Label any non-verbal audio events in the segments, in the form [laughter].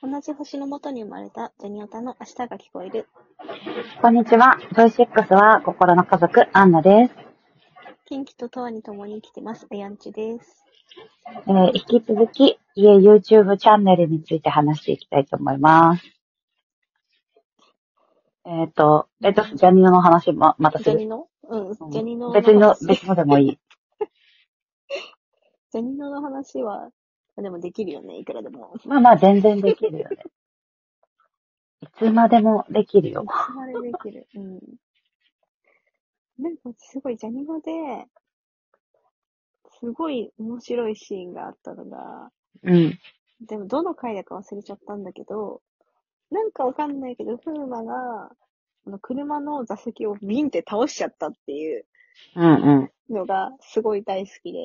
同じ星の下に生まれたジェニオタの明日が聞こえる。こんにちは。V6 は心の家族、アンナです。近畿と永遠に共に生きてます。あやんちです。えー引き続き、家 YouTube チャンネルについて話していきたいと思います。えっ、と、レッドス、ジャニーの話も、またすジェる。ニのうん、ジェニの別の、話別のでもいい。ジェニノの話は、あでもできるよね、いくらでも。まあまあ、全然できるよね。いつまでもできるよい。つまでできる。うん。なんかすごいジャニ語で、すごい面白いシーンがあったのが、うん。でもどの回だか忘れちゃったんだけど、なんかわかんないけど、風磨が、あの、車の座席をビンって倒しちゃったっていううんうん。のがすごい大好きで、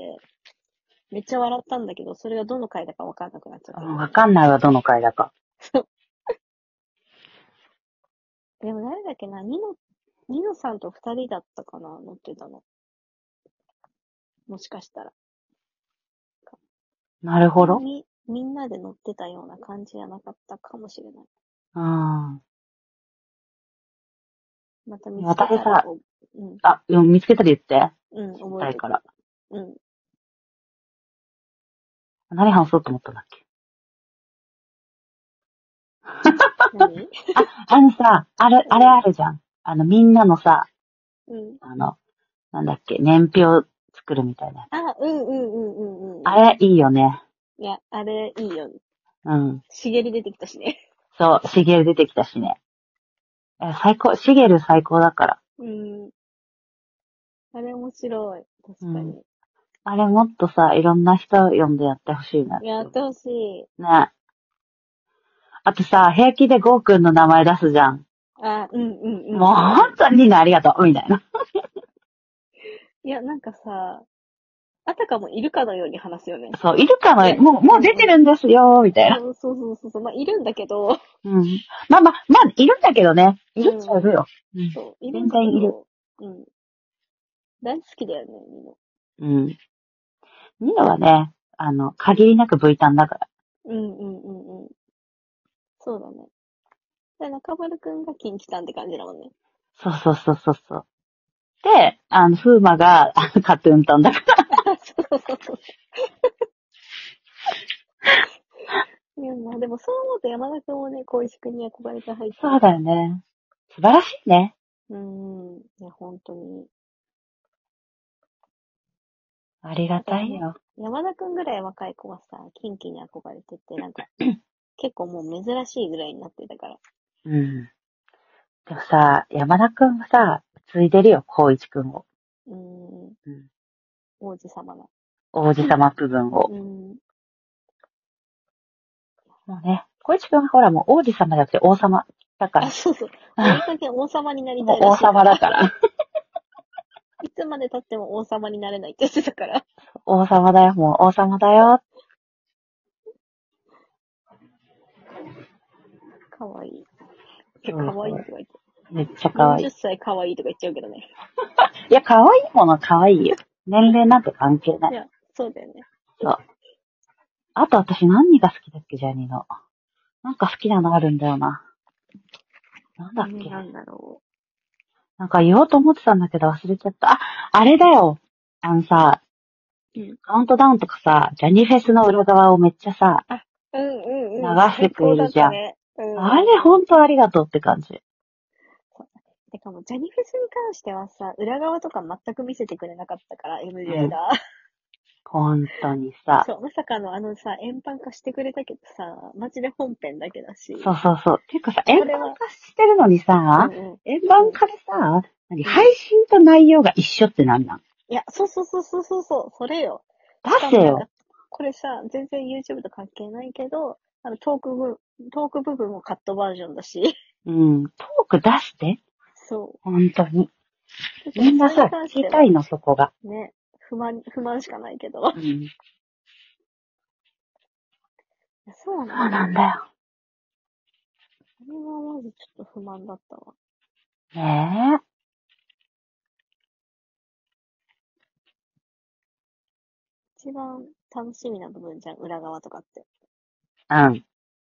めっちゃ笑ったんだけど、それがどの回だかわかんなくなっちゃっあた。のわかんないわ、どの回だか。 [laughs] でも誰だっけな、ニノ、ニノさんと二人だったかな、乗ってたの。もしかしたら。なるほど。み、みんなで乗ってたような感じじゃなかったかもしれない。あまた見つけた私さら、おうん、あ。あ、でも見つけたら言って。うん、覚え誰てかた。ら。うん。何話そうと思ったんだっけ何あのさ、あれ、あれあるじゃん。あの、みんなのさ、 [laughs] うん。あの、なんだっけ、年表作るみたいなやつ。あ、うんうんうんうんうん。あれ、いいよね。いや、あれ、いいよ。うん。茂り出てきたしね。そう、しげる出てきたしね。え、最高、しげる最高だから。うん。あれ面白い。確かに。あれもっとさ、いろんな人呼んでやってほしいなって。やってほしい。ね。あとさ、平気でゴーくんの名前出すじゃん。あ、うんうんうん。もう本当にみんなありがとう、みたいな。いや、なんかさ、あたかもいるかのように話すよね。そう、いるかねの、もう、もう出てるんですよ、みたいな。そうそうそうそうそう。まあ、いるんだけど、うん。まあまあ、まあ、いるんだけどね。いるっちゃいるよ。そう、いるんだけ全然いるど、うん。大好きだよね、みんな。うん。ニノはね、あの、限りなく V ターンだから。うんうんうんうん。そうだね。で、中丸くんが金来たんって感じだもんね。そうそうそうそうそう。で、あの、風磨が、あの、カトゥーンタンだかそうそうそう [laughs] そう。いや、まあでもそう思うと山田くんもね、小石くんに憧れて入ってら。そうだよね。素晴らしいね。うん。いや、本当に。ありがたいよ。山田くんぐらい若い子はさ、キンキに憧れてて、 [clears throat] なんか、結構もう珍しいぐらいになってたから。うん。でもさ、山田くんがさ、継いでるよ、光一くんを。うん。ん王子様な。王子様部分を。うん。もうね、光一くんはほらもう王子様じゃなくて王様だかあ、ら。そうそう。追いかけ王様になりたもういら王しい。様だから。いつまで経っても王様になれないって言ってたから。王様だよ、もう王様だよ。かわいい。そかうそうわいいとか言って。めっちゃ可愛い40。歳かわいいとか言っちゃうけどね。いや、可愛いものは可愛いよ。年齢なんて関係ないい。や、そうだよね。あと私何が好きだっけ、ジャニーの。なんか好きなのあるんだよな。なんだっけ。なんだろなんか言おうと思ってたんだけど忘れちゃった。あ、あれだよ。あのさ、うんカウントダウンとかさ、ジャニーフェスの裏側をめっちゃさ、う。うんうんうん。流してくれるじ最高だったゃんねうん。あれほんとありがとうって感じ。てかもう、ジャニフェスに関してはさ、裏側とか全く見せてくれなかったから、MJ が。ほんとにさ。そう、まさかのあのさ、円盤化してくれたけどさ、マジで本編だけだし。そうそうそう。ていうかさ、それは円盤化してるのにさ、うんうん円盤化でさ、何配信と内容が一緒ってなんなんいや、そうそうそうそうそうそう、それよ。出せよ。これさ、全然 YouTube と関係ないけど、あのトーク部、トーク部分もカットバージョンだし。うん、トーク出して。そ本当に。う。みんなさ、それに関し聞てきはたいの、そこが。ね、不満、不満しかないけど。うん。そうそうなんだ。なんだよ。あれはまずちょっと不満だったわ。ねえ。一番楽しみな部分じゃん、裏側とかって。うん。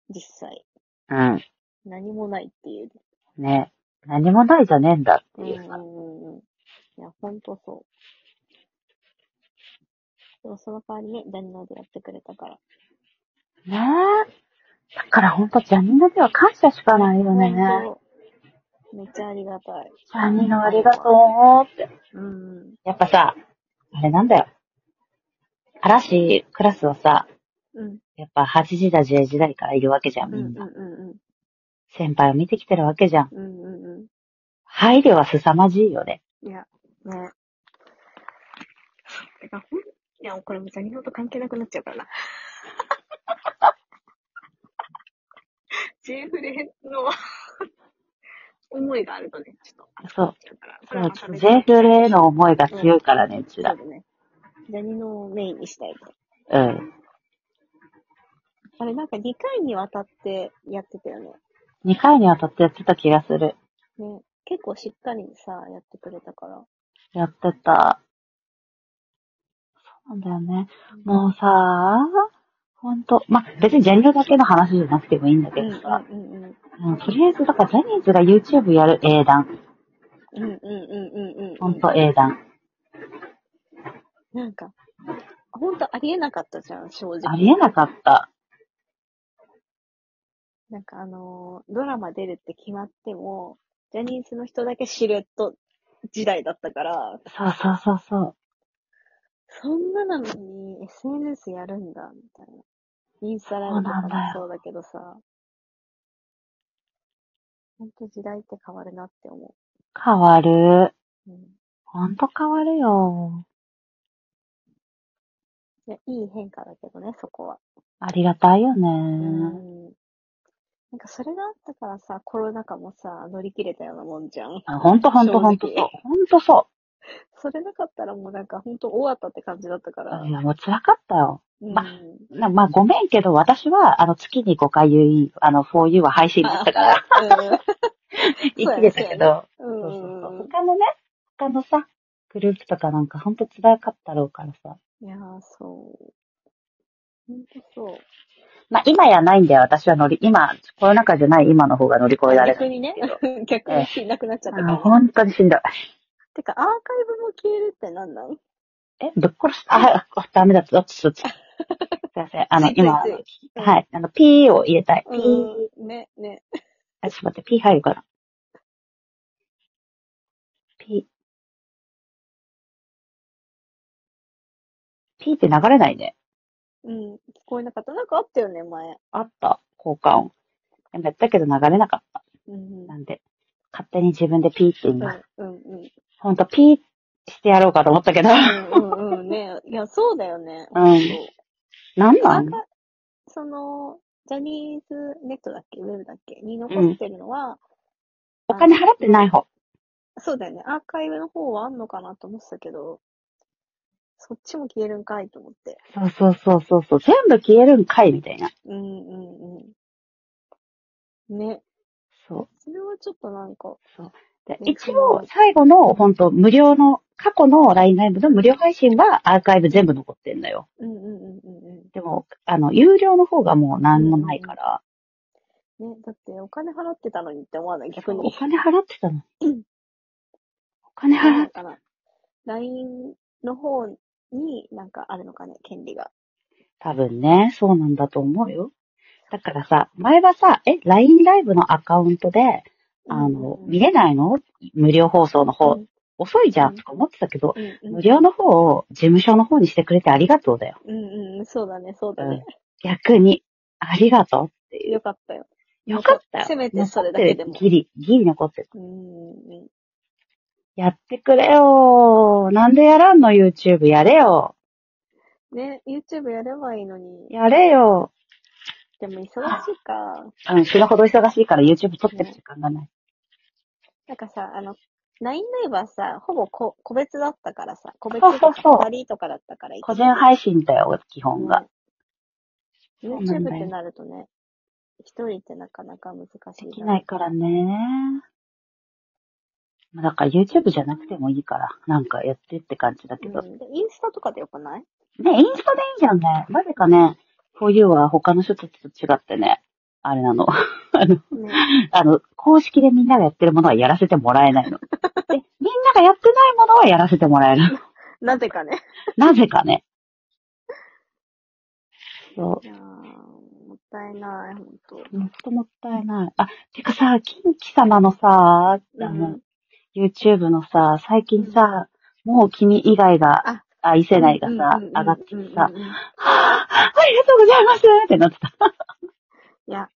実際。うん。何もないっていう。ね。何もないじゃねえんだってうんいううさ。んうんうん。いや、ほんとそう。でもその代わりね、ジャニーでやってくれたから。ねえ。だからほんとジャニーナでは感謝しかないよほね。んとめっちゃありがたい。ジャニーナありがとうって。うんうん。やっぱさ、あれなんだよ。嵐クラスはさ、うん。やっぱ8時代、10時代からいるわけじゃん、うんうみんんな。うん先輩を見てきてるわけじゃん。うん。うんうん配慮は凄まじいよね。うん。いや、ね。てか、ほん、いや、これもジャニーと関係なくなっちゃうからな。ジェフレの思いがあるとね、ちょっとあれそう。だから、そそれはまた、う別ジェフレへの思いが強いからね、うちそうだら。ね。ジャニのをメインにしたいと。うん。あれ、なんか2回にわたってやってたよね。 2回にわたってやってた気がする。ね。結構しっかりさ、やってくれたから。やってた。そうなんだよね。もうさ、ほんと、まあ、別にジャニーズだけの話じゃなくてもいいんだうけんうどんさ、うんうん。うんとりあえず、だからジャニーズが YouTube やる英断。うんうんうんうんうん。ほんと英断。なんか、ほんとありえなかったじゃん、正直。ありえなかった。なんかあのードラマ出るって決まっても、ジャニーズの人だけシルエット時代だったから、そうそうそうそう。そんななのに SNS やるんだ、みたいな。インスタライブとかもそうだけどさ。ほんと時代って変わるなって思変わる。う。うん、ほんと変わるよ。いやいい変化だけどね、そこは。ありがたいよね。うん。なんかそれがあったからさ、コロナ禍もさ、乗り切れたようなもんじゃん。あほんとほんとほんとそう。ほんとそそれなかったらもうなんかほんと終わったって感じだったから。う。いや、もう辛かったよ。うん。まなまあ、ごめんけど、私は、あの、月に5回言う、あの、for you は配信だった [laughs] から、生きてたけど、うん。そううんそううんそうう。他のね、他のさ、グループとかなんかほんと辛かったろうからさ。ん。いやー、そう。ほんとそう。まあ、今やないんだよ、私は乗り、今、コロナ禍じゃない今の方が乗り越えられ逆る。にね、 [laughs] 逆にしなくなっちゃったかあら。ほんとにしんどい。てか、アーカイブも消えるって何なん。え、ぶっ殺した。あ、はいあダメだ、どっちどっち。す [laughs] いません、あの、今、あのはいい、あの、ピーを入れたい。ピー。うん。ね、ね。あ、ちょっと待って、P 入るから。P。P って流れないね。うん。聞こえなかった。なんかあったよね、前。あった。交換音。でもやったけど流れなかった。うん。なんで、勝手に自分で P って言いうんます。うんうん。ほんと、P してやろうかと思 [laughs] ったけど。うんうんうんね。いや、そうだよね。うん本なん当。ななんんか、その、ジャニーズネットだっけウェブだっけに残ってるのは、お金払ってない方。そうだよね。アーカイブの方はあんのかなと思ってたけど、そっちも消えるんかいと思って。そうそうそうそうそう。全部消えるんかいみたいな。うんうんうん。ね。そう。それはちょっとなんか、でうん一応、最後の、本当無料の、過去の LINE ライブの無料配信はアーカイブ全部残ってんだよ。うんうんうんうんうでも、あの、有料の方がもう何もないから、ん。ね。だってお金払ってたのにって思わない逆おに。金払ってたの。お金払なっんかな。LINE の方になんかあるのかね、権利が。多分ね、そうなんだと思うよ。だからさ、前はさ、え、LINE ライブのアカウントで、あの、見れないの無料放送うんうの方、ん遅いじゃうんんとか思ってたけど、うんうん無料の方を事務所の方にしてくれてありがとうだよ。うんうん、そうだね、そうだね。逆に、ありがとうっていう。よかったよ。よかったよ。せめてそれだけでも残ってるギリ、ギリ残ってる。うーん。やってくれよー。なんでやらんの ?YouTube やれよ。ね、YouTube やればいいのに。やれよ。でも忙しいか。うん、死ぬほど忙しいから YouTube 撮ってる時間がない。なんかさ、あの、LINE ライブはさ、ほぼこ個別だったからさ、個別そうそうそう二人とかだったから、個人配信だよ、基本が。ねそうなん YouTube だよってなるとね、一人ってなかなか難しい。できない。からねまあだから YouTube じゃなくてもいいから、なんかやってって感じだうけど。ん、でインスタとかでよくないね、インスタでいいじゃんね。なぜかね、こういうは他の人たちと違ってね、あれなの。 [laughs] あの、ね。あの、公式でみんながやってるものはやらせてもらえ [laughs] ないの。で、みんながやってないものはやらせてもらえ [laughs] るの。なぜかね。なぜかね。そいやーもったいない、ほんと。う。ほんともったいない。あ、てかさ、キンキ様のさ、あの、うん YouTube のさ、最近さ、もう君以外があ、あ、異世代がさ、うんうんうんうん上がってきてさう、んうんうんはぁ、 [gasps] ありがとうございますってなってた。いや、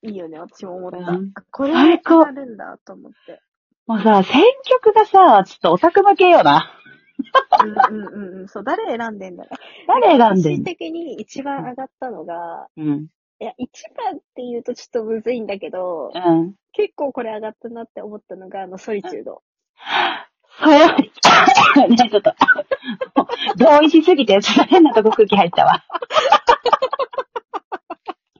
いいよね、私も思った。うんあこれ最高やるんだ、と思って。もうさ、選曲がさ、ちょっとオタク向けよな。うんうんうんうん。そう、誰選んでんだろう。誰選んで私んの的に一番上がったのが、うん。いや、一番って言うとちょっとむずいんだけど、うん。結構これ上がったなって思ったのが、あの、ソリチュード。それ、 [laughs] ね、ちょっと、もう同意しすぎて、ちょっと変なとこ空気入った [laughs] わ。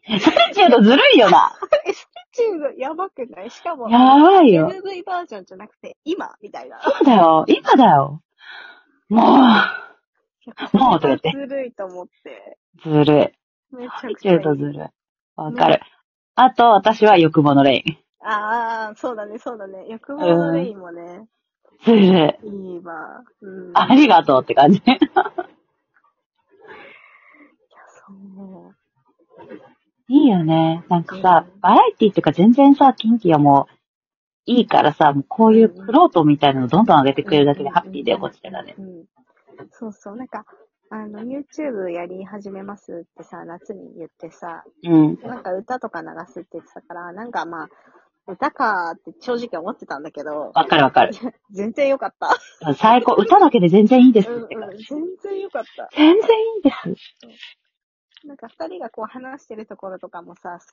サンチュードずるいよな。え、ソリチュードやばくないしかも、やばいよ。 MV バージョンじゃなくて、今みたいな。そうだよ。今だよ。ももうこれはだってずるいと思って。う、ずるい。めちゃサンくちチゃいュいードずるい。わかる。あと、私は欲望のレイン。ああ、そうだね、そうだね。欲望のレインもね、ずるい。いいわ。うん。ありがとうって感じ。そう。いいよね。なんかさう、んバラエティっていうか全然さ、近畿はもう、いいからさ、もうこういうクロートみたいなのどんどん上げてくれるだけでハッピーだよ、こっちらね。うん。そうそう、なんか、あの、YouTube やり始めますってさ、夏に言ってさ、うん。なんか歌とか流すって言ってたから、なんかまあ、歌かーって正直思ってたんだけど、わかるわかる。 [laughs] 全然良かった。最高。歌だけで全然いいですうんってう感ん、じ。全然良かった。全然いいです。なんか二人がこう話してるところとかもさ、好き